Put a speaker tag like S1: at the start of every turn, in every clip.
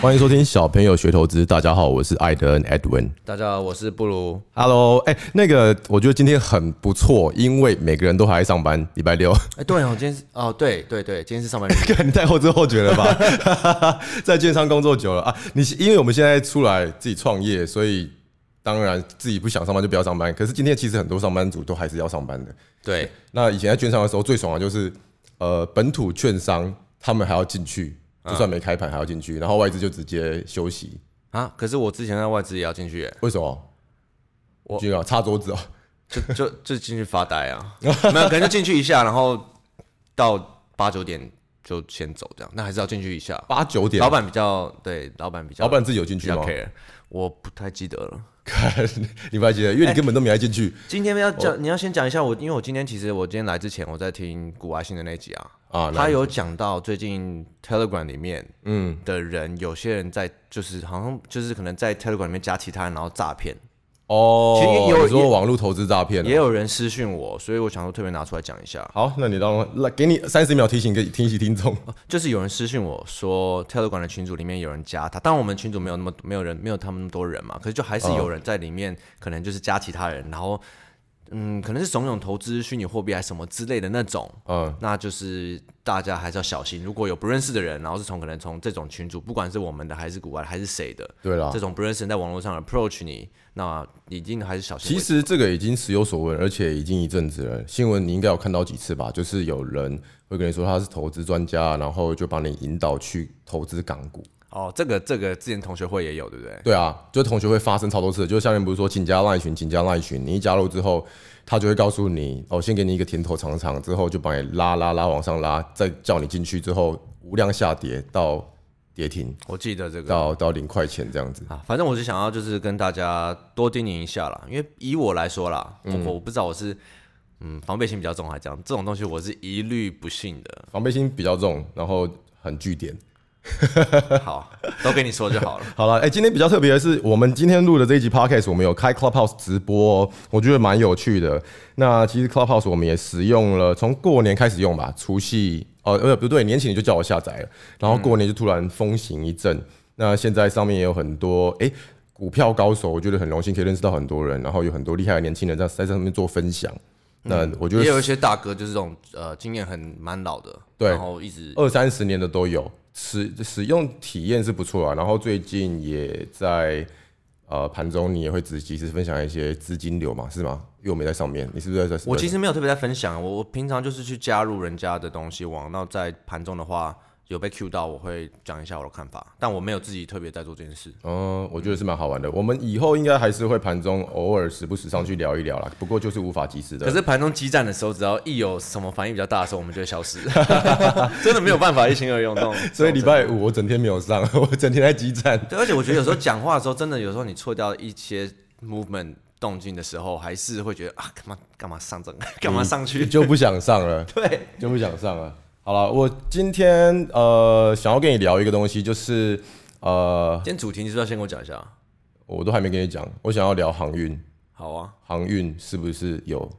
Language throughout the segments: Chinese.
S1: 欢迎收听小朋友学投资。大家好，我是艾德恩 Edwin。
S2: 大家好，我是布鲁。
S1: Hello，哎、那个我觉得今天很不错，因为每个人都还在上班，礼拜 六。
S2: 哎、对哦，今天是哦，对对对，今天是上班日。
S1: 看你太后知后觉了 吧？在券商工作久了啊，你因为我们现在出来自己创业，所以当然自己不想上班就不要上班。可是今天其实很多上班族都还是要上班的。
S2: 对，
S1: 那以前在券商的时候最爽的就是，呃，本土券商他们还要进去，就算没开盘还要进去，然后外资就直接休息。
S2: 啊，可是我之前在外资也要进 去耶，
S1: 为什么？
S2: 我
S1: 就要擦桌子哦。
S2: 就就就进去发呆啊，没有，可能就进去一下，然后到八九点就先走这样，那还是要进去一下。
S1: 八九点，
S2: 老板比较对，啊老板比较
S1: 老板自己有进
S2: 比
S1: 去
S2: 较
S1: 吗？
S2: care，我不太记得了。
S1: 看， 你不要记得，因为你根本都没来进去、
S2: 今天要讲，你要先讲一下我，因为我今天其实我今天来之前我在听古外信的那集啊，
S1: 啊。
S2: 他
S1: 那
S2: 有讲到最近 Telegram 里面，嗯的人，有些人在就是好像就是可能在 Telegram 里面加其他人，然后诈骗，
S1: 哦，
S2: 其实也有
S1: 你说网络投资诈骗
S2: 也
S1: 啊。
S2: 有人私讯我，所以我想说特别拿出来讲一下，
S1: 好，那你让我来给你三十秒提醒给听息听 众。
S2: 就是有人私讯我说 Telegram 的群组里面有人加他，当然我们群组没有那么没有人没有他们那么多人嘛，可是就
S1: 啊
S2: 还是有人在里面，可能就是加其他人，然后嗯，可能是怂恿投资虚拟货币还是什么之类的那种，
S1: 嗯，
S2: 那就是大家还是要小心。如果有不认识的人，然后是从可能从这种群组，不管是我们的还是国外的还是谁的，
S1: 对啦
S2: 这，种不认识人在网络上 approach 你，那一定还是小心为
S1: 其
S2: 主。
S1: 实这个已经时有所闻，而且已经一阵子了。新闻你应该有看到几次吧？就是有人会跟你说他是投资专家，然后就把你引导去投资港股。
S2: 哦，这个这个之前同学会也有，对不对？
S1: 对啊，就同学会发生超多次，就下面不是说请加赖群，请加赖群，你一加入之后，他就会告诉你，哦，先给你一个甜头尝尝，之后就把你拉拉拉往上拉，再叫你进去之后无量下跌到跌停，
S2: 我记得这个
S1: 到到零块钱这样子。
S2: 啊，反正我是想要就是跟大家多叮咛一下啦，因为以我来说啦，我我不知道我是嗯防备心比较重还是这样，这种东西我是一律不信的。
S1: 防备心比较重，然后很据点。
S2: 好，都给你说就好了。
S1: 好了，哎、今天比较特别的是，我们今天录的这一集 podcast，我们有开 Clubhouse 直播、哦，我觉得蛮有趣的。那其实 Clubhouse 我们也使用了，从过年开始用吧，除夕哦，呃，不对，年前你就叫我下载了，然后过年就突然风行一阵。那现在上面也有很多哎、股票高手，我觉得很荣幸可以认识到很多人，然后有很多厉害的年轻人在在上面做分享。那我觉
S2: 嗯
S1: 得
S2: 也有一些大哥就是这种呃经验很蛮老的，
S1: 对
S2: 然后一直
S1: 二三十年的都有，使使用体验是不错啊。然后最近也在呃盘中，你也会只及时分享一些资金流嘛，是吗？因为我没在上面，你是不是在在？
S2: 我其实没有特别在分享，我我平常就是去加入人家的东西网，那在盘中的话有被 Q 到，我会讲一下我的看法，但我没有自己特别在做这件事。
S1: 嗯，我觉得是蛮好玩的。我们以后应该还是会盘中偶尔时不时上去聊一聊啦，不过就是无法及时的。
S2: 可是盘中激战的时候，只要一有什么反应比较大的时候，我们就会消 失，真的没有办法一心二用那种。
S1: 所以礼拜五我整天没有上， 我整天在激战。
S2: 对，而且我觉得有时候讲话的时候，真的有时候你错掉一些 movement 动静的时候，还是会觉得啊，干嘛干嘛上这个，干嘛上去？
S1: 就不想上了，
S2: 对，
S1: 就不想上了。好了，我今天呃想要跟你聊一个东西，就是呃
S2: 今天主题你是不是要先跟我讲一下？
S1: 我都还没跟你讲，我想要聊航运。
S2: 好啊，
S1: 航运是不是有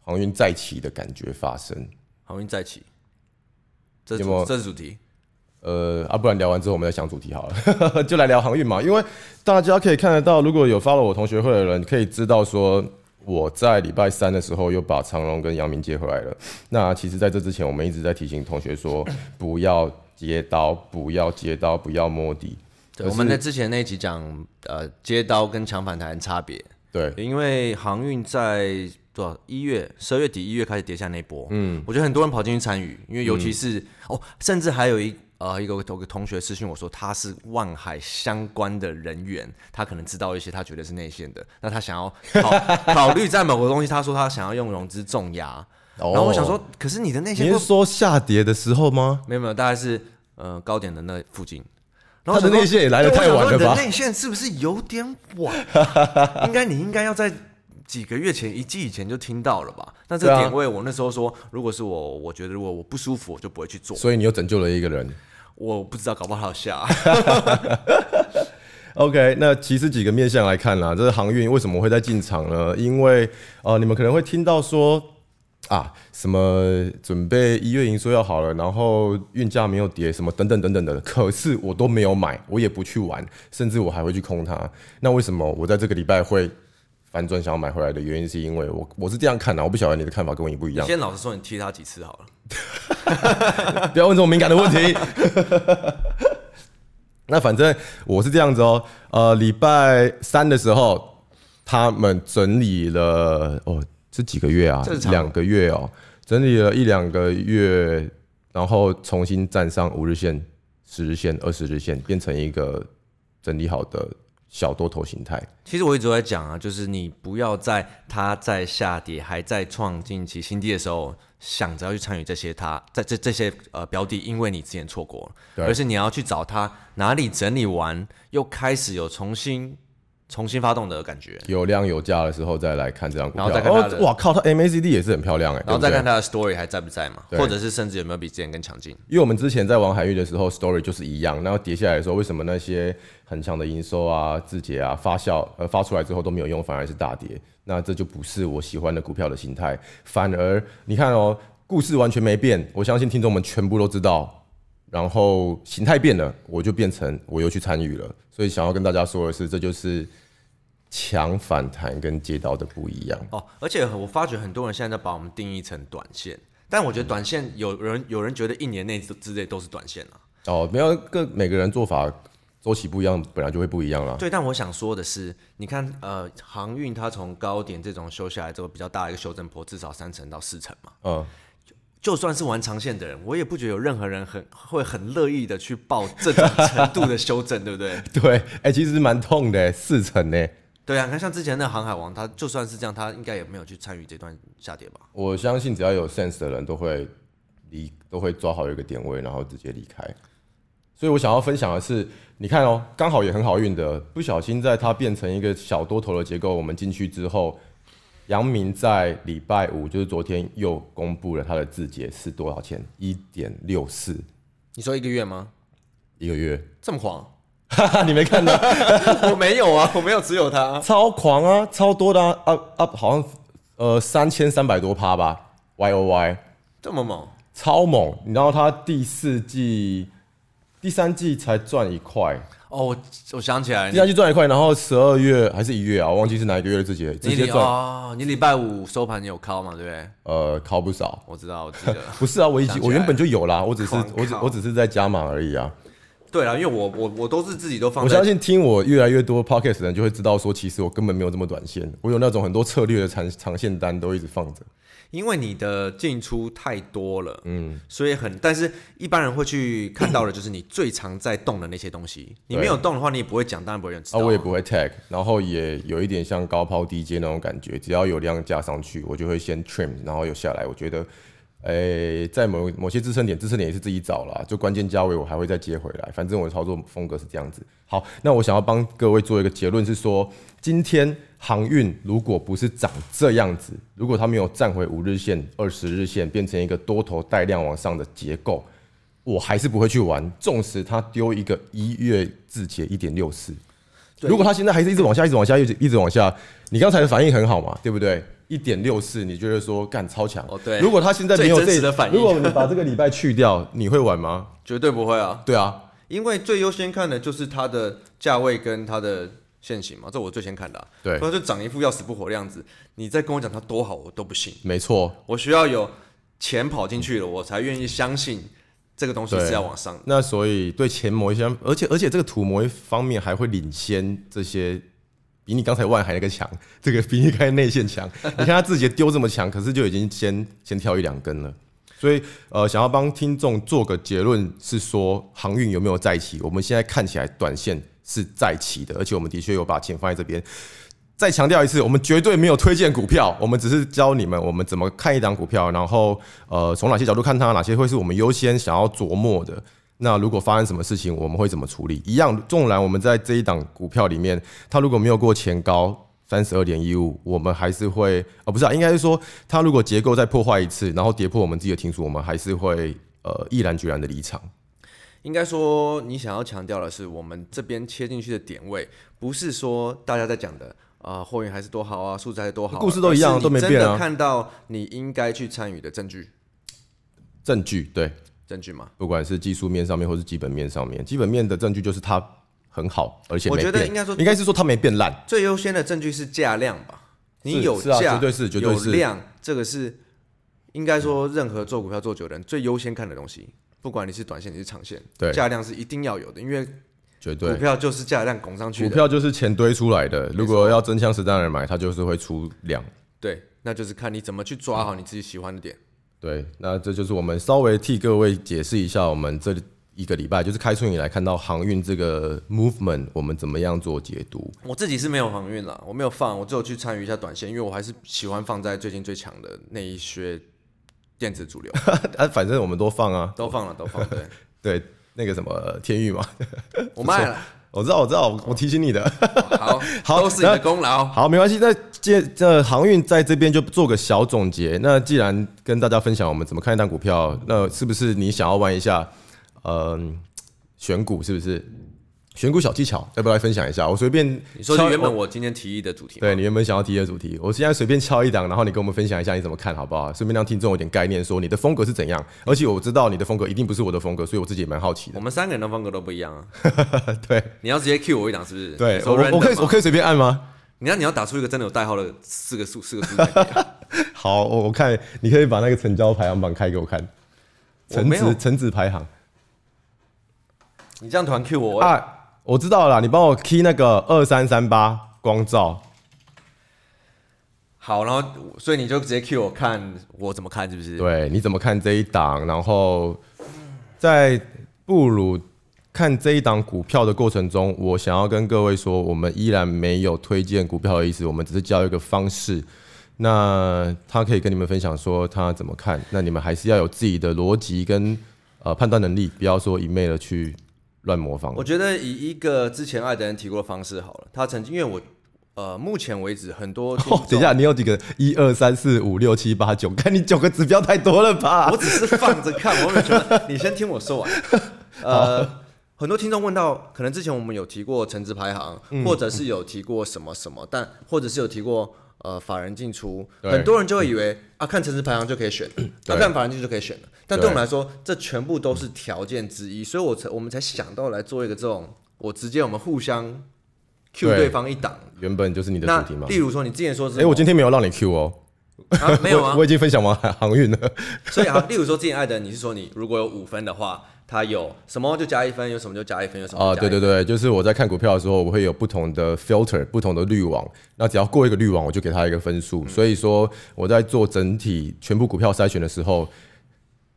S1: 航运再起的感觉发生？
S2: 好运再起，这
S1: 有没有
S2: 主这是主题。
S1: 呃，啊，不然聊完之后我们再想主题好了， 就来聊航运嘛。因为大家可以看得到，如果有 follow 我同学会的人，可以知道说我在礼拜三的时候又把长隆跟阳明接回来了。那其实在这之前，我们一直在提醒同学说，不要接刀，不要接刀，不要摸底。
S2: 对，我们在之前那一集讲呃接刀跟强反弹的差别，
S1: 对，
S2: 因为航运在多少一月十二月底一月开始跌下那一波，嗯，我觉得很多人跑进去参与，因为尤其是、哦，甚至还有一呃一个有个同学私信我说他是万海相关的人员，他可能知道一些他觉得是内线的，那他想要考考虑在某个东西，他说他想要用融资重压，
S1: 哦
S2: 然后我想说，可是你的内线
S1: 你
S2: 会
S1: 是说下跌的时候吗？
S2: 没有没有，大概是呃高点的那附近。然
S1: 他
S2: 后
S1: 的
S2: 我想说
S1: 内线也来得
S2: 对
S1: 太晚
S2: 我
S1: 了
S2: 想说你
S1: 吧
S2: 的？内线是不是有点晚？ 应该你应该要在几个月前、一季以前就听到了吧？那这
S1: 对
S2: 个
S1: 啊
S2: 点位，我那时候说，如果是我，我觉得如果我不舒服，我就不会去做。
S1: 所以你又拯救了一个人。
S2: 我不知道，搞不好还 有下。
S1: OK，那其实几个面向来看啦，这是航运为什么会在进场呢？因为呃，你们可能会听到说，啊，什么准备一月营收要好了，然后运价没有跌，什么等等等等的，可是我都没有买，我也不去玩，甚至我还会去空它。那为什么我在这个礼拜会反转想要买回来的原因，是因为我我是这样看的、我不晓得你的看法跟我一不一样。
S2: 先老实说，你踢他几次好了？
S1: 不要问这种敏感的问 题。那反正我是这样子哦，呃，礼拜三的时候，他们整理了哦，这几个月啊
S2: 正，常
S1: 两个月哦，整理了一两个月，然后重新站上五日线、十日线、二十日线，变成一个整理好的小多头形态。
S2: 其实我一直都在讲啊，就是你不要在它在下跌、还在创近期新低的时候，想着要去参与这些它在这这些呃标的，因为你之前错过了，
S1: 对
S2: 而是你要去找它哪里整理完，又开始有重新重新发动的感觉，
S1: 有量有价的时候再来看这张股票，
S2: 然后再看它的
S1: 哦哇靠，它 MACD 也是很漂亮哎、
S2: 然后
S1: 对
S2: 再
S1: 不对
S2: 看它的 story 还在不在嘛，
S1: 对
S2: 或者是甚至有没有比之前更强劲。
S1: 因为我们之前在玩海域的时候，story 就是一样，然后跌下来的时候，为什么那些很强的营收啊、字节啊发酵呃发出来之后都没有用，反而是大跌？那这就不是我喜欢的股票的形态，反而你看哦，故事完全没变，我相信听众们全部都知道。然后形态变了，我就变成我又去参与了，所以想要跟大家说的是，这就是强反弹跟街道的不一样。
S2: 哦，而且我发觉很多人现在都把我们定义成短线，但我觉得短线有人有人觉得一年内之之内都是短线啊。
S1: 哦，没有各每个人做法周期不一样，本来就会不一样啦。
S2: 对，但我想说的是，你看，呃，航运它从高点这种修下来之后，比较大的一个修正坡，至少三成到四成嘛。
S1: 嗯，
S2: 就算是玩长线的人，我也不觉得有任何人很会很乐意的去报这种程度的修正，对 不对？
S1: 对，哎、其实蛮痛的，四成呢。
S2: 对啊，你看像之前那航海王，他就算是这样，他应该也没有去参与这段下跌吧？
S1: 我相信只要有 sense 的人都会离，都会抓好一个点位，然后直接离开。所以我想要分享的是，你看哦，刚好也很好运的，不小心在它变成一个小多头的结构，我们进去之后，阳明在礼拜五，就是昨天又公布了它的字节是多少钱？一点六四
S2: 你说一个月吗？
S1: 一个月，
S2: 这么狂？
S1: 哈哈，你没看到？
S2: 我没有啊，我没有持有它。
S1: 超狂啊，超多的啊，up up 好像呃三千三百多趴吧，Y O Y。
S2: 这么猛，
S1: 超猛！你知道他第四季、第三季才赚一块，
S2: 哦，我我想起来，
S1: 第
S2: 你
S1: 三季赚一块，然后十二月还是一月啊，我忘记是哪一个月的自己了直
S2: 你
S1: 接
S2: 礼
S1: 赚，
S2: 哦，你礼拜五收盘有 call 嘛？对不对？
S1: 呃，考不少。
S2: 我知道，我记 得。
S1: 不是啊，我已经
S2: 想起来
S1: 我原本就有啦，我只是
S2: 狂靠
S1: 我只我只是在加码而已啊。
S2: 对啊，因为我我我都是自己都放
S1: 我
S2: 在
S1: 相信听我越来越多 podcast 的人就会知道说，其实我根本没有这么短线，我有那种很多策略的长长线单都一直放着。
S2: 因为你的进出太多了，嗯，所以很，但是一般人会去看到的就是你最常在动的那些东西，你没有动的话，你也不会讲，当然不会有人知道
S1: 啊，
S2: 啊。
S1: 我也不会 tag，然后也有一点像高抛低阶那种感觉，只要有量加上去，我就会先 trim，然后有下来，我觉得，诶、在某某些支撑点，支撑点也是自己找啦，就关键价位我还会再接回来，反正我的操作风格是这样子。好，那我想要帮各位做一个结论是说，今天航运如果不是长这样子，如果它没有站回五日线、二十日线，变成一个多头带量往上的结构。我还是不会去玩，纵使它丢一个一月字节一点六四，
S2: 对
S1: 如果它现在还是一直往下，一直往下，一直一直往下，你刚才的反应很好嘛，对不对？一点六四，你觉得说干超强？
S2: 哦对
S1: 如果它现在没有
S2: 最真
S1: 这
S2: 实的反应
S1: 如果你把这个礼拜去掉，你会玩吗？
S2: 绝对不会啊，
S1: 对啊，
S2: 因为最优先看的就是它的价位跟它的现行嘛，这我最先看的、啊。
S1: 对
S2: 不然就长一副要死不活的样子，你再跟我讲它多好，我都不信。
S1: 没错。
S2: 我需要有钱跑进去了，我才愿意相信这个东西是要往上的。
S1: 那所以对前某一些，而且而且这个土某一方面还会领先这些。比你刚才万海那个强， 这个比你刚才内线强。 你看他自己丢这么强，可是就已经先先跳一两根了。所以呃，想要帮听众做个结论是说，航运有没有在起？我们现在看起来短线是在起的，而且我们的确有把钱放在这边。再强调一次，我们绝对没有推荐股票，我们只是教你们我们怎么看一档股票，然后呃从哪些角度看它，哪些会是我们优先想要琢磨的。那如果发生什么事情，我们会怎么处理？一样，纵然我们在这一档股票里面，它如果没有过前高三十二点一五，我们还是会呃不是、啊，应该是说它如果结构再破坏一次，然后跌破我们自己的停损，我们还是会呃毅然决然的离场。
S2: 应该说，你想要强调的是，我们这边切进去的点位，不是说大家在讲的，啊货源还是多好啊，素材还是多好啊、
S1: 故事都一样
S2: 而是你
S1: 都没
S2: 真
S1: 变
S2: 的
S1: 啊
S2: 看到你应该去参与的证据，
S1: 证据对，
S2: 证据嘛。
S1: 不管是技术面上面或是基本面上面，基本面的证据就是它很好，而且
S2: 我
S1: 没
S2: 觉
S1: 变。
S2: 得应该说
S1: 应该是说它没变烂。
S2: 最优先的证据是价量吧？你
S1: 是
S2: 有
S1: 是啊
S2: 价、
S1: 绝对是绝对是
S2: 有量，这个是应该说任何做股票做久的人最优先看的东西。不管你是短线你是长线，
S1: 对
S2: 价量是一定要有的，因为
S1: 绝
S2: 股
S1: 对。
S2: 票就是价量拱上去
S1: 股
S2: 的。
S1: 票就是钱堆出来的，如果要真枪实弹的买，它就是会出量。
S2: 对，那就是看你怎么去抓好你自己喜欢的点。
S1: 对，那这就是我们稍微替各位解释一下，我们这一个礼拜就是开春以来看到航运这个 movement，我们怎么样做解读？
S2: 我自己是没有航运啦，我没有放，我只有去参与一下短线，因为我还是喜欢放在最近最强的那一些电子主流，
S1: 啊，反正我们都放啊，
S2: 都放了，都放 了。对，
S1: 对，那个什么天域嘛，
S2: 我卖了，
S1: 我知道，我知道，我我提醒你的。
S2: 好，
S1: 好
S2: 都是你的功劳。
S1: 好，没关系。那借这航运在这边就做个小总结。那既然跟大家分享我们怎么看一档股票，那是不是你想要玩一下？嗯，选股是不是？选股小技巧，要不要来分享一下？我随便
S2: 你说是
S1: 敲
S2: 原本我今天提议的主题吗
S1: 对你原本想要提的主题，我现在随便敲一档，然后你跟我们分享一下你怎么看好不好？顺便让听众有点概念，说你的风格是怎样。而且我知道你的风格一定不是我的风格，所以我自己也蛮好奇的
S2: 我。们三个人的风格都不一样啊。
S1: 对
S2: 你要直接 Q 我一档是不是？
S1: 对
S2: 你，
S1: 我
S2: 说
S1: 我我可以
S2: random 吗
S1: 我可以随便按吗？
S2: 你要你要打出一个真的有代号的四个数四个数字才可以啊。
S1: 好，我我看你可以把那个成交排行榜开给我看，
S2: 我
S1: 成
S2: 没有
S1: 值成值排行
S2: 你这样突然 Q 我，
S1: 啊，我知道了啦，你帮我 key 那个二三三八光照，
S2: 好，然后所以你就直接 Q 我看我怎么看是不是？
S1: 对，你怎么看这一档？然后在布鲁看这一档股票的过程中，我想要跟各位说，我们依然没有推荐股票的意思，我们只是教一个方式。那他可以跟你们分享说他怎么看，那你们还是要有自己的逻辑跟呃判断能力，不要说一昧的去乱模仿。
S2: 我觉得以一个之前爱的人提过的方式好了，他曾经因为我呃目前为止很多听 众
S1: 哦，等一下，你有几个？一二三四五六七八九，看你九个指标太多了吧
S2: 我？只是放着看，我没有觉得。你先听我说完。呃，很多听众问到，可能之前我们有提过橙值排行，
S1: 嗯
S2: 或者是有提过什么什么，但或者是有提过呃法人进出，
S1: 对嗯
S2: 很多人就会以为啊看橙值排行就可以选，啊
S1: 对
S2: 看法人进出就可以选了。但对我
S1: 对
S2: 们来说，这全部都是条件之一，所以我才我们才想到来做一个这种，我直接我们互相 Q
S1: 对
S2: 对方一档。
S1: 原本就是你的
S2: 那
S1: 主题嘛
S2: 例。如说你之前说是
S1: 哎、我今天没有让你 Q 哦，
S2: 啊没有啊
S1: 我，我已经分享完航 运了。
S2: 所以啊，例如说之前爱的人，你是说你如果有五分的话，他有什么就加一分，有什么就加一分，有什么
S1: 啊，
S2: 就加
S1: 对
S2: 一分
S1: 对对，就是我在看股票的时候，我会有不同的 filter，不同的滤网。那只要过一个滤网，我就给它一个分
S2: 嗯
S1: 数。所以说我在做整体全部股票筛选的时候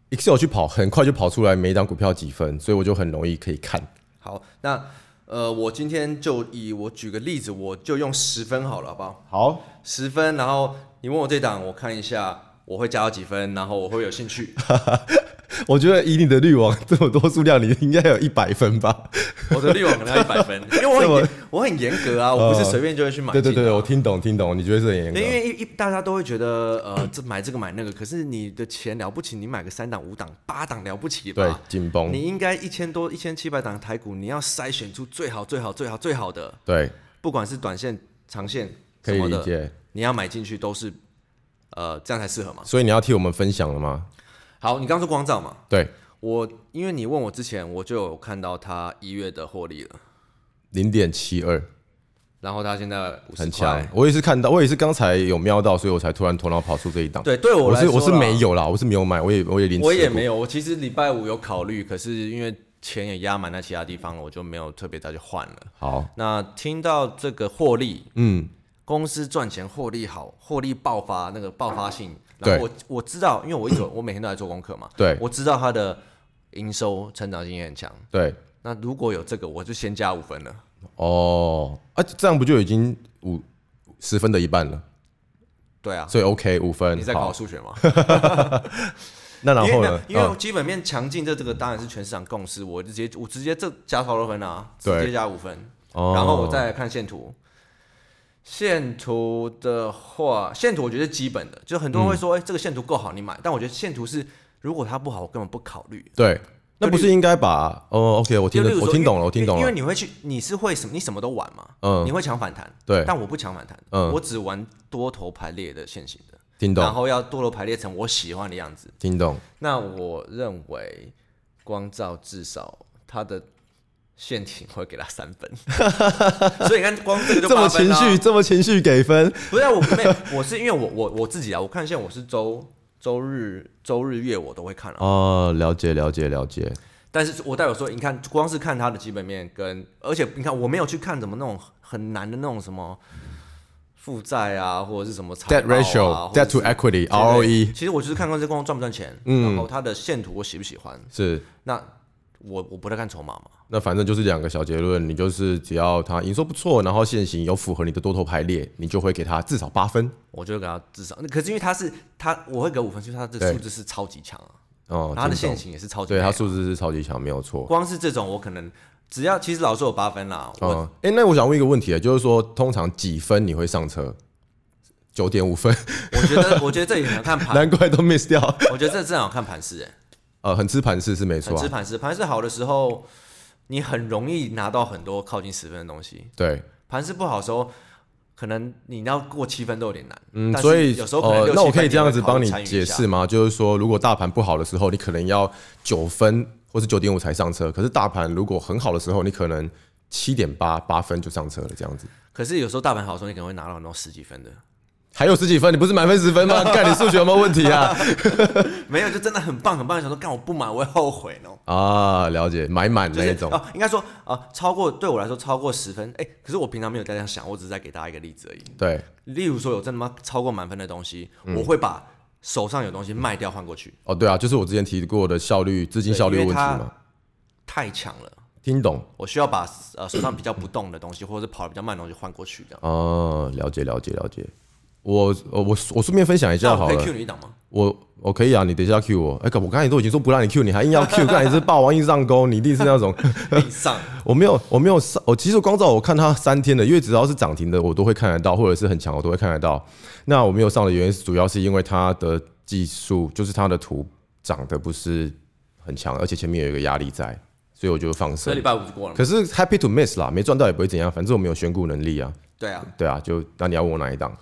S1: ，Excel 去跑，很快就跑出来每一张股票几分，所以我就很容易可以看。
S2: 好，那呃，我今天就以我举个例子，我就用十分好了，好不好？
S1: 好，
S2: 十分，然后你问我这档，我看一下我会加到几分，然后我会有 兴趣。
S1: 我觉得以你的滤网这么多数量，你应该有一百分吧？
S2: 我的滤网可能要一百分，因为我 很严我很严格啊，我不是随便就会去买
S1: 哦对
S2: 进的
S1: 对
S2: 啊。
S1: 对，我听懂听懂，你觉得这很严格
S2: 对，因？为一一大家都会觉得，呃，这买这个买那个，可是你的钱了不起，你买个三档、五档、八档了不起吧？
S1: 对，紧绷。
S2: 啊你应该一千多、一千七百档台股，你要筛选出最好、最好、最好、最好的，
S1: 对，
S2: 不管是短线、长线
S1: 可
S2: 什
S1: 以
S2: 么的
S1: 理，解。
S2: 你要买进去都是，呃，这样才适合嘛。
S1: 所以你要替我们分享了吗？
S2: 好，你刚说光照嘛，
S1: 对，
S2: 我因为你问我之前，我就有看到他一月的获利了，
S1: 零点七二，
S2: 然后他现在五十
S1: 很强
S2: 块，。
S1: 我也是看到，我也是刚才有瞄到，所以我才突然头脑跑出这一档。
S2: 对，对
S1: 我
S2: 来
S1: 是
S2: 说
S1: 我是
S2: 啦
S1: 没有啦，我是没有买，我也我也零，
S2: 我也没有，我其实礼拜五有考虑，可是因为钱也压满在其他地方了，我就没有特别再去换了。
S1: 好，
S2: 那听到这个获利，
S1: 嗯，
S2: 公司赚钱获利好，获利爆发那个爆发性，
S1: 对
S2: 然后我我知道，因为我一直有我每天都在做功课嘛，
S1: 对
S2: 我知道它的营收成长性也很强。
S1: 对，
S2: 那如果有这个，我就先加五分了。
S1: 哦，啊，这样不就已经五十分的一半了？
S2: 对啊，
S1: 所以 OK 五分，
S2: 你在考
S1: 好，
S2: 数学吗？
S1: 那然
S2: 因
S1: 后
S2: 为
S1: 呢
S2: 呢？因为
S1: 嗯，
S2: 基本面强劲，这这个当然是全市场共识。我就直接我直接这加投了分啊，直
S1: 对
S2: 接加五分。
S1: 哦
S2: 然后我再来看线图。线图的话，线图我觉得是基本的，就很多人会说，哎、这个线图够好，你买。但我觉得线图是，如果它不好，我根本不考虑。
S1: 对那不是应该把哦？OK，我听
S2: 就
S1: 得
S2: 例如
S1: 我
S2: 说
S1: 听
S2: 因为
S1: 懂了，我听懂
S2: 因为
S1: 了。
S2: 你会去，你是会什么？你什么都玩嘛？
S1: 嗯
S2: 你会抢反弹，
S1: 对
S2: 但我不抢反弹，
S1: 嗯
S2: 我只玩多头排列的线型的，
S1: 听
S2: 然
S1: 懂，
S2: 后要多头排列成我喜欢的样子。
S1: 听懂。
S2: 那我认为光照至少他的陷阱会给他三分， 所以你看光这个就
S1: 这么
S2: 八分啊
S1: 情
S2: 啦
S1: 绪，，这么情绪给分，
S2: 不是啊我没 有，我是因为我我我自己啊，我看现在我是周周日周日月我都会看啊，
S1: 哦，了解了解了解，
S2: 但是我代表说，你看，光是看它的基本面跟，而且你看，我没有去看怎么那种很难的那种什么负债啊，或者是什么财
S1: debt
S2: 报啊
S1: ratio、
S2: 或
S1: debt
S2: 者是
S1: to E equity、
S2: 之类的
S1: ROE
S2: 其实我就是看看这公司赚不赚钱，
S1: 嗯
S2: 然后它的线图我喜不喜欢。
S1: 是。
S2: 那我我不太看筹码嘛，
S1: 那反正就是两个小结论，你就是只要它营收不错，然后现行有符合你的多头排列，你就会给它至少八分
S2: 我就会给它至少，可是因为它是它，我会给五分，就是它
S1: 对
S2: 的数字是超级强啊，
S1: 哦。
S2: 然后它的
S1: 听懂
S2: 线型也是超级啊
S1: 对它
S2: 强。
S1: 数字是超级强，没有错。
S2: 光是这种我可能只要其实老师有八分啦，我
S1: 哦，哎、那我想问一个问题，就是说通常几分你会上车？九点五 分，
S2: 我觉得我觉得这也很看盘，
S1: 难怪都 miss 掉。
S2: 我觉得这真的好看盘势哎、
S1: 呃，很吃盘势是没
S2: 很
S1: 错、
S2: 吃
S1: 啊，
S2: 盘式，盘式好的时候，你很容易拿到很多靠近十分的东西；
S1: 对，
S2: 盘式不好的时候，可能你要过七分都有点难。
S1: 嗯，
S2: 但是
S1: 所以
S2: 有时候可能六
S1: 那我
S2: 七分
S1: 可以这样子帮你
S2: 也会考虑参与
S1: 解
S2: 一下
S1: 释。吗？就是说，如果大盘不好的时候，你可能要九分或是九点五才上车，可是大盘如果很好的时候，你可能七点八八分就上车了，这样子。
S2: 可是有时候大盘好的时候，你可能会拿到很多十几分的，
S1: 还有十几分，你不是满分十分 吗？看你数学有没有问题啊？
S2: 没有就真的很棒很棒。想说干我不买我会后悔呢。
S1: 啊，了解，买满
S2: 就
S1: 那
S2: 是
S1: 一种。
S2: 哦，应该说啊、呃超过对我来说超过十分，哎、可是我平常没有在这样想，我只是在给大家一个例子而已。
S1: 对，
S2: 例如说有真他妈超过满分的东西，
S1: 嗯
S2: 我会把手上有东西卖掉换过去，
S1: 哦，对啊，就是我之前提过的效率、资金
S2: 对
S1: 效率
S2: 因
S1: 问
S2: 为
S1: 题
S2: 它
S1: 嘛。
S2: 太强了。
S1: 听懂
S2: 我需要把呃手上比较不动的东西，或者是跑得比较慢的东西换过去，这样。
S1: 哦，了解了解了解。我呃我我顺便分享一
S2: 这
S1: 下
S2: 样我
S1: 好
S2: 可以
S1: 了
S2: Q，你一档吗？
S1: 我我可以啊，你等一下 Q 我。哎、可我刚才都已经说不让你 Q，你还硬要 Q，看你是霸王硬上弓，你一定是那种
S2: 以哎 上，
S1: 我没有我没有上，我其实光照我看它三天的，因为只要是涨停的我都会看得到，或者是很强我都会看得到。那我没有上的原因是主要是因为它的技术，就是它的图涨得不是很强，而且前面有一个压力在，所以我就放
S2: 所
S1: 生
S2: 以礼。拜五就过了嘛。
S1: 可是 happy to miss 啦，没赚到也不会怎样，反正我没有选股能力啊。
S2: 对啊，
S1: 对啊，就那你要问我哪一档？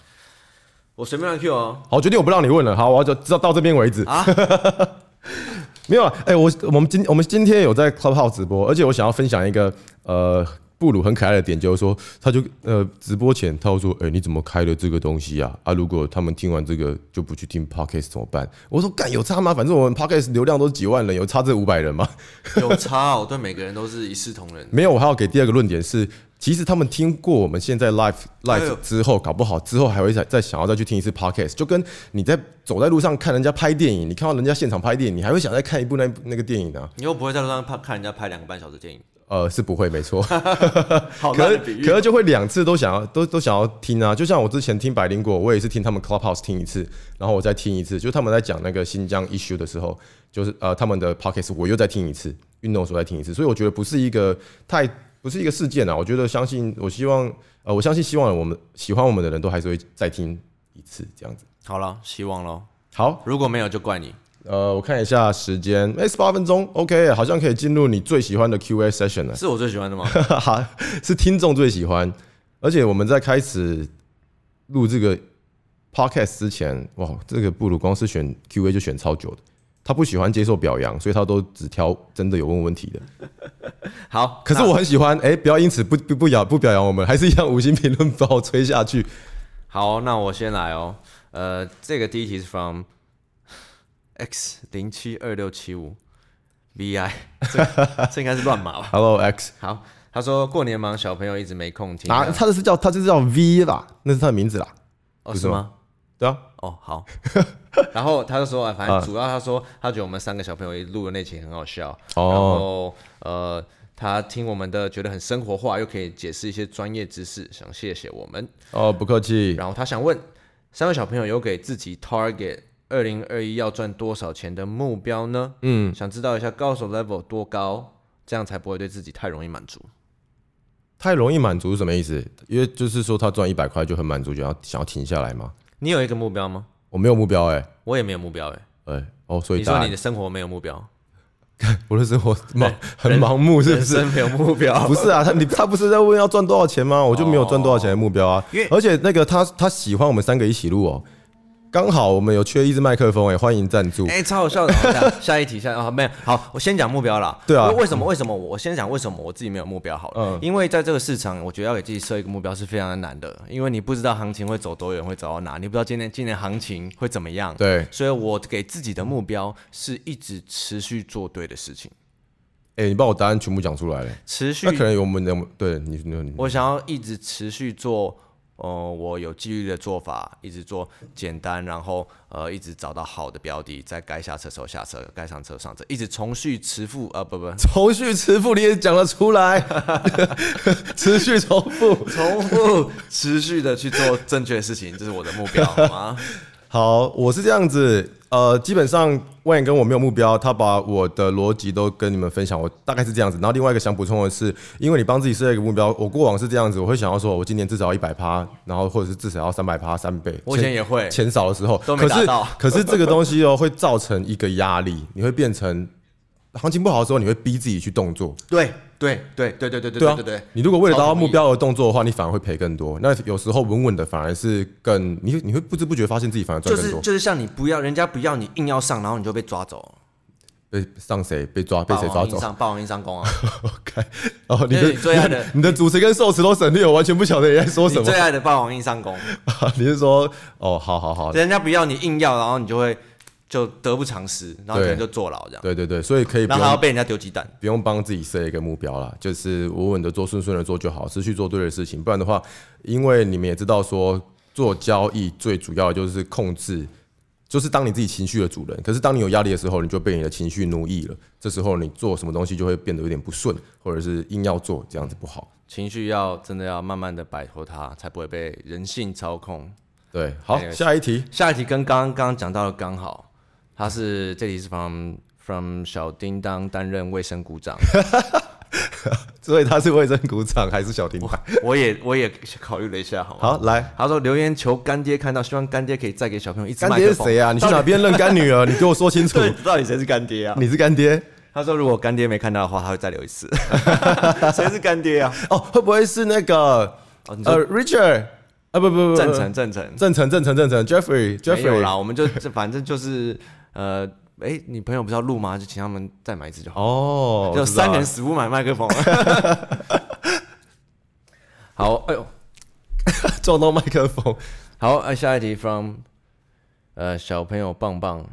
S2: 我随便乱 Q 哦。
S1: 好，决定我不让你问了。好，我要就到到这边为止
S2: 啊。
S1: 没有了，哎、我我们今我们今天有在 Clubhouse 直播，而且我想要分享一个呃布鲁很可爱的点，就是说他就呃直播前他会说，哎、你怎么开了这个东西啊？啊，如果他们听完这个就不去听 Podcast 怎么办？我说干有差吗？反正我们 Podcast 流量都是几万人，有差这五百人吗？
S2: 有差哦，对每个人都是一视同仁。
S1: 没有，我还要给第二个论点是，其实他们听过我们现在 live
S2: 哎呦
S1: live 之后，搞不好之后还会再再想要再去听一次 podcast，就跟你在走在路上看人家拍电影，你看到人家现场拍电影，你还会想再看一部那那个电影呢、啊
S2: 你又不会在路上看看人家拍两个半小时的电影，
S1: 呃，是不会，没错。
S2: 好
S1: 可
S2: 烂
S1: 是
S2: 的比喻哦
S1: 可。是就会两次都想要都都想要听啊，就像我之前听百灵果，我也是听他们 Clubhouse 听一次，然后我再听一次，就他们在讲那个新疆 issue 的时候，就是呃他们的 Podcast 我又再听一次，运动的时候再听一次，所以我觉得不是一个太不是一个事件啊，我觉得相信我希望呃我相信希望我们喜欢我们的人都还是会再听一次这样子。
S2: 好了，希望喽。
S1: 好，
S2: 如果没有就怪你。
S1: 呃，我看一下时间，哎、十八分钟，OK，好像可以进入你最喜欢的 Q&A session 了。
S2: 是我最喜 欢的吗？
S1: 哈哈，是听众最喜欢。而且我们在开始录这个 podcast 之前，哇，这个布鲁光是选 Q&A 就选超久的。他不喜欢接受表扬，所以他都只挑真的有问问题的。
S2: 好，
S1: 可是
S2: 那
S1: 我很喜欢，哎、不要因此不不不表不表扬我们，还是一样五星评论把我吹下去。
S2: 好，那我先来哦。呃，这个第一题是 from X 零七二六七五 VI，这 个这应该是乱码吧？
S1: Hello X
S2: 好，他说过年忙，小朋友一直没空听。
S1: 啊，他这是叫他这是叫 V 啦，那是他的名字啦，
S2: 哦，
S1: 不是
S2: 是吗？
S1: 对啊，
S2: 哦，好。 然后他就说，啊反正主要他说，他觉得我们三个小朋友录的那期很好笑，然
S1: 哦，
S2: 后呃，他听我们的觉得很生活化，又可以解释一些专业知识，想谢谢我们。
S1: 哦，不客气，
S2: 然后他想问，三位小朋友有给自己 target 二零二一要赚多少钱的目标呢？嗯，想知道一下高手 level 多高，这样才不会对自己太容易满足。
S1: 太容易满足是什么意思？因为就是说他赚一百块就很满足，就要想要停下来吗？
S2: 你有一个目标吗？
S1: 我没有目标哎、
S2: 我也没有目标哎、
S1: 哎、哦，所以
S2: 你说
S1: 答
S2: 你
S1: 案
S2: 的生活没有目标，
S1: 我的生活盲 很盲目，是不
S2: 人
S1: 是？
S2: 生没有目标，
S1: 不是啊，他你他不是在问要赚多少钱吗？我就没有赚多少钱的目标啊
S2: 因为。
S1: 而且那个他他喜欢我们三个一起录哦，刚好我们有缺一支麦克风哎、欢迎赞助。
S2: 哎、超好笑的。好下下一题，下啊、没有好，我先讲目标 啦。
S1: 对啊
S2: 为为什么？为什么我？我先讲为什么我自己没有目标好了。
S1: 嗯
S2: 因为在这个市场，我觉得要给自己设一个目标是非常的难的，因为你不知道行情会走多远，会走到哪，你不知道今年今年行情会怎么样。，
S1: 对，
S2: 所以我给自己的目标是一直持续做对的事情，
S1: 哎、你把我答案全部讲出来了，
S2: 持续
S1: 那可能有我们的对你你 你
S2: 我想要一直持续做，呃，我有纪律的做法，一直做简单，然后呃，一直找到好的标的，在该下车时候下车，该上车上车，一直重续持复，呃，不不，
S1: 重续持复你也讲得出来， 持续重复。
S2: 重复持续的去做正确的事情，这是我的目标好吗？
S1: 好，我是这样子，呃，基本上万言跟我没有目标，他把我的逻辑都跟你们分享，我大概是这样子。然后另外一个想补充的是，因为你帮自己设一个目标，我过往是这样子，我会想要说，我今年至少一百趴，然后或者是至少要三百趴，三倍。
S2: 我以前也会
S1: 钱少的时候，
S2: 都没达到
S1: 可是可是这个东西哦，会造成一个压力，你会变成行情不好的时候，你会逼自己去动作。
S2: 对对对对对对对
S1: 对啊，
S2: 对对，
S1: 你如果为了达
S2: 超
S1: 到
S2: 同意
S1: 目标而动作的话，你反而会赔更多。那有时候稳稳的反而是更你你会不知不觉发现自己反而赚
S2: 就
S1: 更
S2: 是
S1: 多。
S2: 就是像你不要人家不要你硬要上，然后你就被抓走，
S1: 被上谁被抓被谁
S2: 霸
S1: 抓
S2: 王硬
S1: 走
S2: 上霸王硬上弓啊！
S1: ？OK，哦，你
S2: 这
S1: 的
S2: 是你最爱的
S1: 你你的主持跟受词都省略，我完全不晓得你在说什
S2: 你
S1: 么
S2: 最。爱的霸王硬上弓，
S1: 你是说哦，好好好，
S2: 人家不要你硬要，然后你就会就得不偿失，然后可能就坐牢这样，
S1: 对对对，所以可以不
S2: 然后还要
S1: 用
S2: 被人家丢鸡蛋。
S1: 不用帮自己设一个目标啦，就是稳稳的做，顺顺的做就好，持续做对的事情。不然的话，因为你们也知道说做交易最主要的就是控制。就是当你自己情绪的主人，可是当你有压力的时候，你就被你的情绪奴役了。这时候你做什么东西就会变得有点不顺，或者是硬要做，这样子不好。
S2: 情绪要真的要慢慢的摆脱它，才不会被人性操控。
S1: 对，好
S2: 没，有
S1: 下一题。
S2: 下一题跟刚刚刚刚讲到的刚好，他是这题是 from from 小叮当担任卫生股 长，
S1: 所以他是卫生鼓掌还是小听牌？
S2: 我也我也考虑了一下，好吗？
S1: 好，来，
S2: 他说留言求干爹看到，希望干爹可以再给小朋友一支
S1: 干
S2: 麦
S1: 爹
S2: 克
S1: 是
S2: 风。
S1: 谁啊？你去哪边认干女儿？你给我说清楚，
S2: 对，到底谁是干爹啊？
S1: 你是干爹
S2: 他说如果干爹没看到的话，他会再留一 次。谁是干爹啊？
S1: 哦？会不会是那个
S2: 哦你说
S1: 呃 Richard 啊？不不不，不
S2: 郑成，郑成，
S1: 郑成，郑成，郑成，Jeffrey
S2: 没有
S1: Jeffrey。
S2: 啦，我们就这反正就是呃，哎、你朋友不是要录吗？就请他们再买一支就好。
S1: 哦，
S2: 就
S1: 我知道
S2: 三
S1: 了
S2: 个人死不买麦克风。 好，哎呦，
S1: 撞到麦克风。
S2: 好，哎，下一题 from 呃小朋友棒棒。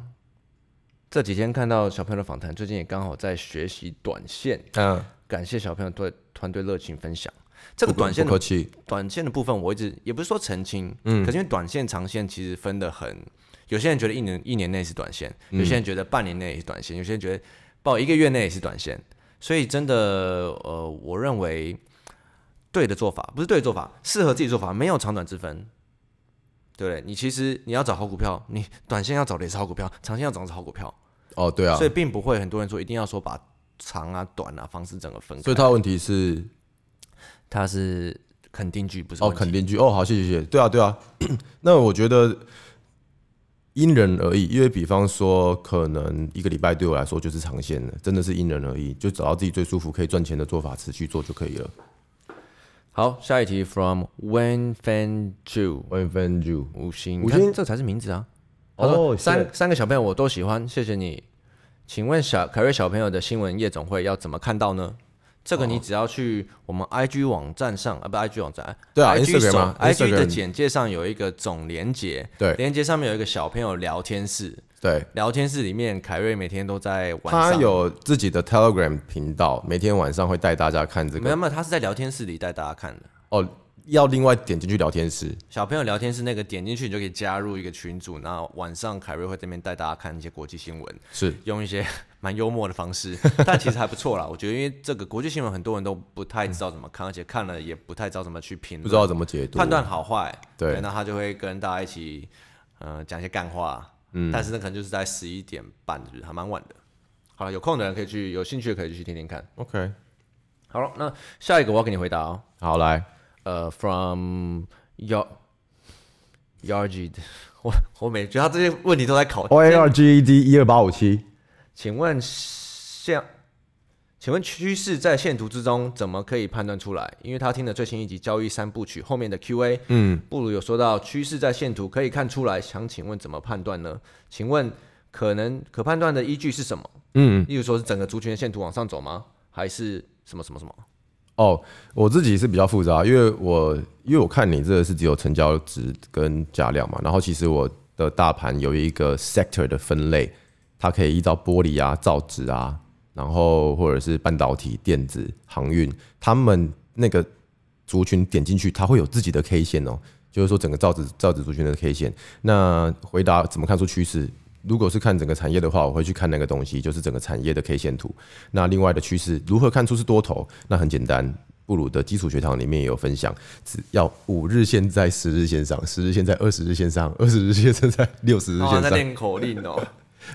S2: 这几天看到小朋友的访谈，最近也刚好在学习短线，
S1: 嗯，
S2: 感谢小朋友对团队热情分享。这个
S1: 不
S2: 短线
S1: 不
S2: 的
S1: 客气。
S2: 短线的部分，我一直也不是说澄清，
S1: 嗯
S2: 可是因为短线、长线其实分得很，有些人觉得一年一年内是短线，
S1: 嗯
S2: 有些人觉得半年内也是短线，有些人觉得报一个月内也是短线，所以真的，呃，我认为对的做法不是对的做法，适合自己做法，没有长短之分。对不对？你其实你要找好股票，你短线要找的也是好股票，长线要找的是好股票，
S1: 哦，对啊
S2: 所，以并不会很多人说一定要说把长啊、短啊方式整个分开。
S1: 所以他的问题是
S2: 它是肯定句，不是
S1: 哦，
S2: 问题
S1: 肯定句哦，好，谢谢谢谢，对啊对啊。 那我觉得因人而异，因为比方说，可能一个礼拜对我来说就是长线的，真的是因人而异，就找到自己最舒服、可以赚钱的做法，持续做就可以了。
S2: 好，下一题 from Wen Fan Ju
S1: 万分就
S2: 五星，
S1: 五
S2: 五
S1: 星
S2: 星这才是名字啊。
S1: 哦
S2: 他说三三个小朋友我都喜欢，谢谢你。请问小凯瑞小朋友的新闻夜总会要怎么看到呢？这
S1: 哦
S2: 个你只要去我们 IG 网站上啊，不 IG 网站，
S1: 对啊
S2: IG
S1: Instagram
S2: 手
S1: 啊
S2: IG 的
S1: Instagram
S2: 简介上有一个总连接，
S1: 对
S2: 连接上面有一个小朋友聊天室，
S1: 对，
S2: 聊天室里面凯瑞每天都在晚上
S1: 他有自己的 Telegram 频道，每天晚上会带大家看这
S2: 没有
S1: 个
S2: 没有，他是在聊天室里带大家看的。
S1: 哦，要另外点进去聊天室。
S2: 小朋友聊天室那个点进去，你就可以加入一个群组。那晚上凯瑞会这边带大家看一些国际新闻，
S1: 是
S2: 用一些 蛮幽默的 方式，但其实还不错啦。我觉得，因为这个国际新闻很多人都不太知道怎么看，而且看了也不太知道怎么去评
S1: 不
S2: 论
S1: 知、道怎么解读，
S2: 判断好坏。
S1: 对
S2: 那他就会跟大家一起，呃，讲一些干话。嗯，但是那可能就是在十一点半，是不是还蛮晚的。好了，有空的人可以去，有兴趣的可以去听听看。
S1: OK，
S2: 好了，那下一个我要给你回答哦。
S1: 好来，
S2: 呃，from Yar Yargid，我 我每觉得他这些问题都在考。
S1: O A R G E D 一二八五七，
S2: 请问像，请问趋势在线图之中怎么可以判断出来？因为他听了最新一集交易三部曲后面的 Q&A，嗯，布鲁有说到趋势在线图可以看出来，想请问怎么判断呢？请问可能可判断的依据是什么？嗯，例如说是整个族群的线图往上走吗？还是什么什么什么？
S1: 哦，我自己是比较复杂，因为我因为我看你这个是只有成交值跟价量嘛，然后其实我的大盘有一个 sector 的分类，它可以依照玻璃啊、造纸啊，然后或者是半导体、电子、航运，他们那个族群点进去，它会有自己的 K 线哦，就是说整个造纸造纸族群的 K 线。那回答怎么看出趋势？如果是看整个产业的话，我会去看那个东西，就是整个产业的 K 线图。那另外的趋势如何看出是多头？那很简单，布鲁的基础学堂里面也有分享，只要五日线在十日线上，十日线在二十日线上，二十日线在六十日
S2: 哦，
S1: 线
S2: 在
S1: 上，
S2: 练口令哦。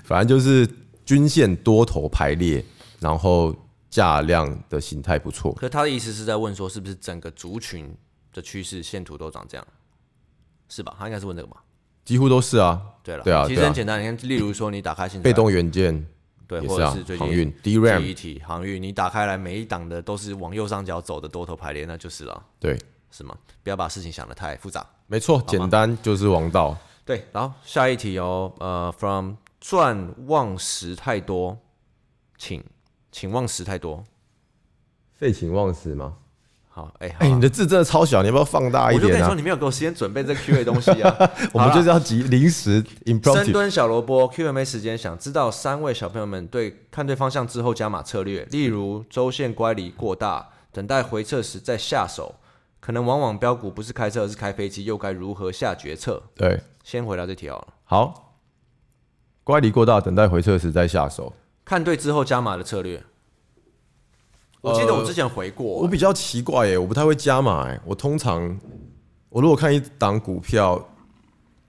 S1: 反正就是均线多头排列，然后价量的形态不错。
S2: 可他的意思是在问说，是不是整个族群的趋势线图都长这样，是吧？他应该是问这个吧？
S1: 几乎都是啊。
S2: 对了，
S1: 对啊
S2: 其实
S1: 对啊
S2: 很简单，你看，例如说你打开现在
S1: 被动元件
S2: 对，
S1: 也
S2: 或
S1: 是
S2: 者
S1: 啊
S2: 是最，近
S1: 航运
S2: 记忆
S1: DRAM
S2: 体航运，你打开来每一档的都是往右上角走的多头排列，那就是了，
S1: 对，
S2: 是吗？不要把事情想得太复杂。
S1: 没错，简单就是王道。
S2: 对，然后下一题哦，呃，from 赚忘时太多，请请忘时太多。
S1: 废寝忘食吗？
S2: 好，哎、好
S1: 哎、
S2: 啊
S1: 你的字真的超小，你要不要放大一
S2: 我就跟
S1: 点
S2: 你
S1: 啊。
S2: 说，？你没有给我时间准备这 Q A 东西啊
S1: 我们就是要急临时
S2: 深
S1: impromptu。
S2: 蹲小萝卜 Q&A 时间，想知道三位小朋友们对看对方向之后加码策略，例如周线乖离过大，等待回撤时再下手，可能往往标股不是开车，而是开飞机，又该如何下决策？
S1: 对，
S2: 先回答这题好哦了，
S1: 好，乖离过大，等待回撤时再下手。
S2: 看对之后加码的策略。我记得我之前回过、
S1: 呃我比较奇怪耶、我不太会加码耶、我通常我如果看一档股票，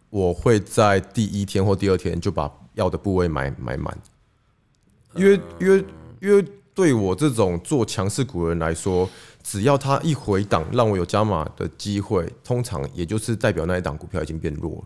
S1: 我会在第一天或第二天就把要的部位买买满，因为因为因为对我这种做强势股的人来说，只要它一回档让我有加码的机会，通常也就是代表那一档股票已经变弱了。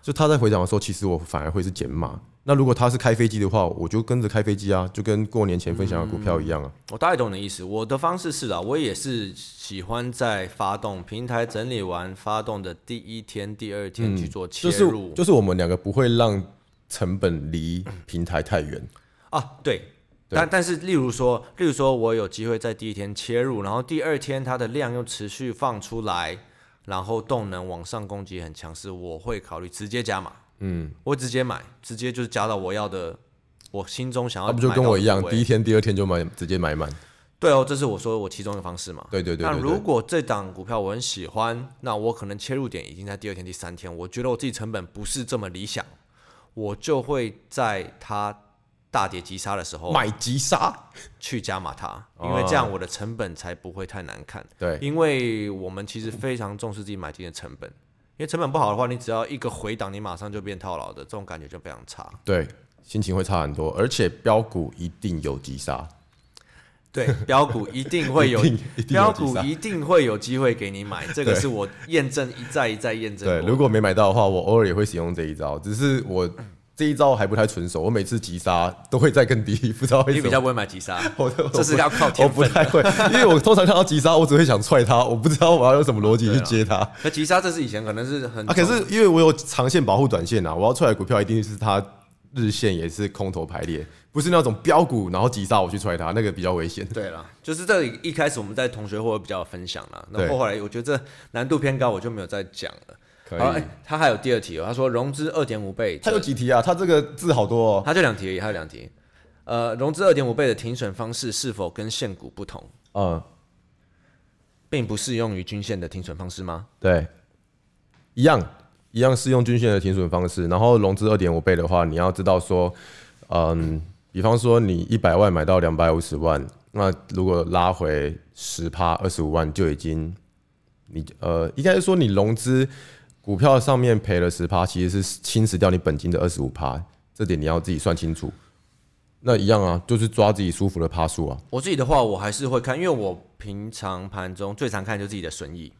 S1: 就它在回档的时候，其实我反而会是减码。那如果它是开飞机的话，我就跟着开飞机啊，就跟过年前分享的股票一样啊。
S2: 我大概懂你的意思。我的方式是啊，我也是喜欢在发动平台整理完发动的第一天、第二天去做
S1: 嗯
S2: 切
S1: 就
S2: 入。
S1: 是就是我们两个不会让成本离平台太远。
S2: 啊，对。但但是，例如说，例如说我有机会在第一天切入，然后第二天它的量又持续放出来，然后动能往上攻击很强势，我会考虑直接加码。嗯，我会直接买，直接就是加到我要的，我心中想要
S1: 他
S2: 买
S1: 啊不
S2: 到的部
S1: 就
S2: 位。
S1: 跟我一样，第一天、第二天就买，直接买满。
S2: 对哦，这是我说我其中一个方式嘛。
S1: 对对对
S2: 那
S1: 对
S2: 如
S1: 对，
S2: 果这档股票我很喜欢，那我可能切入点已经在第二天、第三天，我觉得我自己成本不是这么理想，我就会在它大跌急杀的时候
S1: 买急杀。
S2: 去加码它，
S1: 哦
S2: 因为这样我的成本才不会太难看。
S1: 对，
S2: 因为我们其实非常重视自己买进的成本，因为成本不好的话，你只要一个回档，你马上就变套牢的，这种感觉就非常差。
S1: 对，心情会差很多，而且标股一定有急杀。
S2: 对，标股一定会 有
S1: 一定一定有，
S2: 标
S1: 急
S2: 股
S1: 杀
S2: 一定会有机会给你买，这个
S1: 对
S2: 是我验证一再一再验证
S1: 对，
S2: 过的
S1: 如果没买到的话，我偶尔也会使用这一招，只是我这一招还不太纯熟。我每次急杀都会再更低，不知道为
S2: 你
S1: 什
S2: 比
S1: 么。
S2: 较不会买急杀，
S1: 我都
S2: 这是要靠
S1: 我
S2: 天
S1: 不
S2: 分。
S1: 太 会，因为我通常看到急杀，我只会想踹他，我不知道我要用什么逻辑去接他。
S2: 那急杀这是以前可能是很
S1: 啊，可是因为我有长线保护短线啊，我要出来的股票一定是它日线也是空头排列，不是那种标股然后急杀我去踹它，那个比较危险。
S2: 对了，就是这里一开始我们在同学会比较有分享啦，那
S1: 对
S2: 后后来我觉得这难度偏高，我就没有再讲了。
S1: 可
S2: 好，
S1: 以
S2: 哎，他还有第二题哦，他说融资二点五倍，
S1: 它有几题啊？它这个字好多哦。
S2: 他就两题而已，还有两题。呃，融资二点五倍的停损方式是否跟现股不同，
S1: 嗯，
S2: 并不适用于均线的停损方式吗？
S1: 对，一样一样是用均线的停损方式，然后融资二点五倍的话，你要知道说，嗯，比方说你一百万买到两百五十万，那如果拉回十趴二十五万就已经，你呃，应该是说你融资股票上面赔了十趴，其实是侵蚀掉你本金的二十五趴，这点你要自己算清楚。那一样啊，就是抓自己舒服的趴数啊，
S2: 我自己的话，我还是会看，因为我平常盘中最常看就是自己的损益，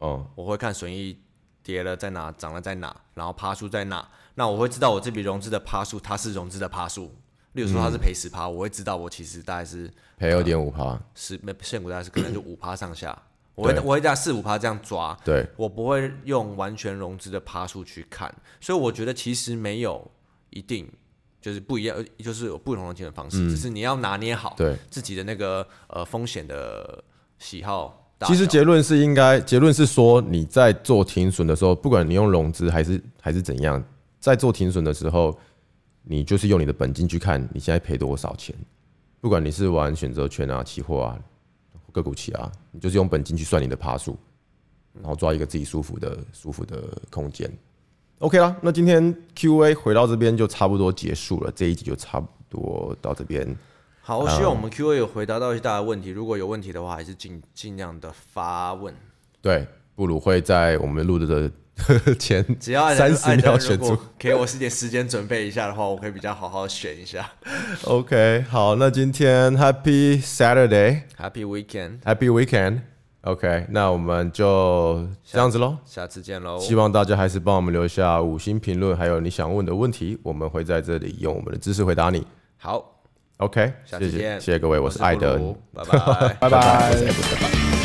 S1: 嗯，
S2: 我会看损益跌了在哪，涨了在哪，然后趴数在哪。那我会知道我这笔融资的趴数，它是融资的趴数。例如说他是赔十趴，我会知道我其实大概是
S1: 赔二点五趴，
S2: 十没现股大概是可能就五趴上下，我会我会在四五趴这样抓，
S1: 对，
S2: 我不会用完全融资的趴数去看，所以我觉得其实没有一定就是不一样，呃就是有不同的竞争方式，只是你要拿捏好
S1: 嗯对
S2: 自己的那个呃风险的喜好大小。
S1: 其实结论是应该，结论是说你在做停损的时候，不管你用融资还是还是怎样，在做停损的时候，你就是用你的本金去看你现在赔多少钱。不管你是玩选择权啊、期货啊、个股期啊，你就是用本金去算你的趴数，然后抓一个自己舒服的、舒服的空间。OK 啦，那今天 Q&A 回到这边就差不多结束了，这一集就差不多到这边。
S2: 好，希
S1: 嗯
S2: 望我们 Q&A 有回答到一些大家的问题，如果有问题的话，还是尽尽量的发问。
S1: 对，布鲁会在我们录的的 前
S2: 只要
S1: 三十秒选
S2: 如
S1: 出
S2: 果给我一点时间准备一下的话，我可以比较好好选一下。
S1: OK，好，那今天 Happy Saturday，Happy
S2: Happy weekend，
S1: Weekend。OK，那我们就这样子喽。
S2: 下次见喽，
S1: 希望大家还是帮我们留下五星评论，还有你想问的问题，我们会在这里用我们的知识回答你。
S2: 好，
S1: OK，
S2: 下
S1: 谢
S2: 次
S1: 谢，
S2: 见，
S1: 谢谢各位，我是艾
S2: 布
S1: 德，
S2: 鲁，拜拜。
S1: 拜拜。
S2: 拜拜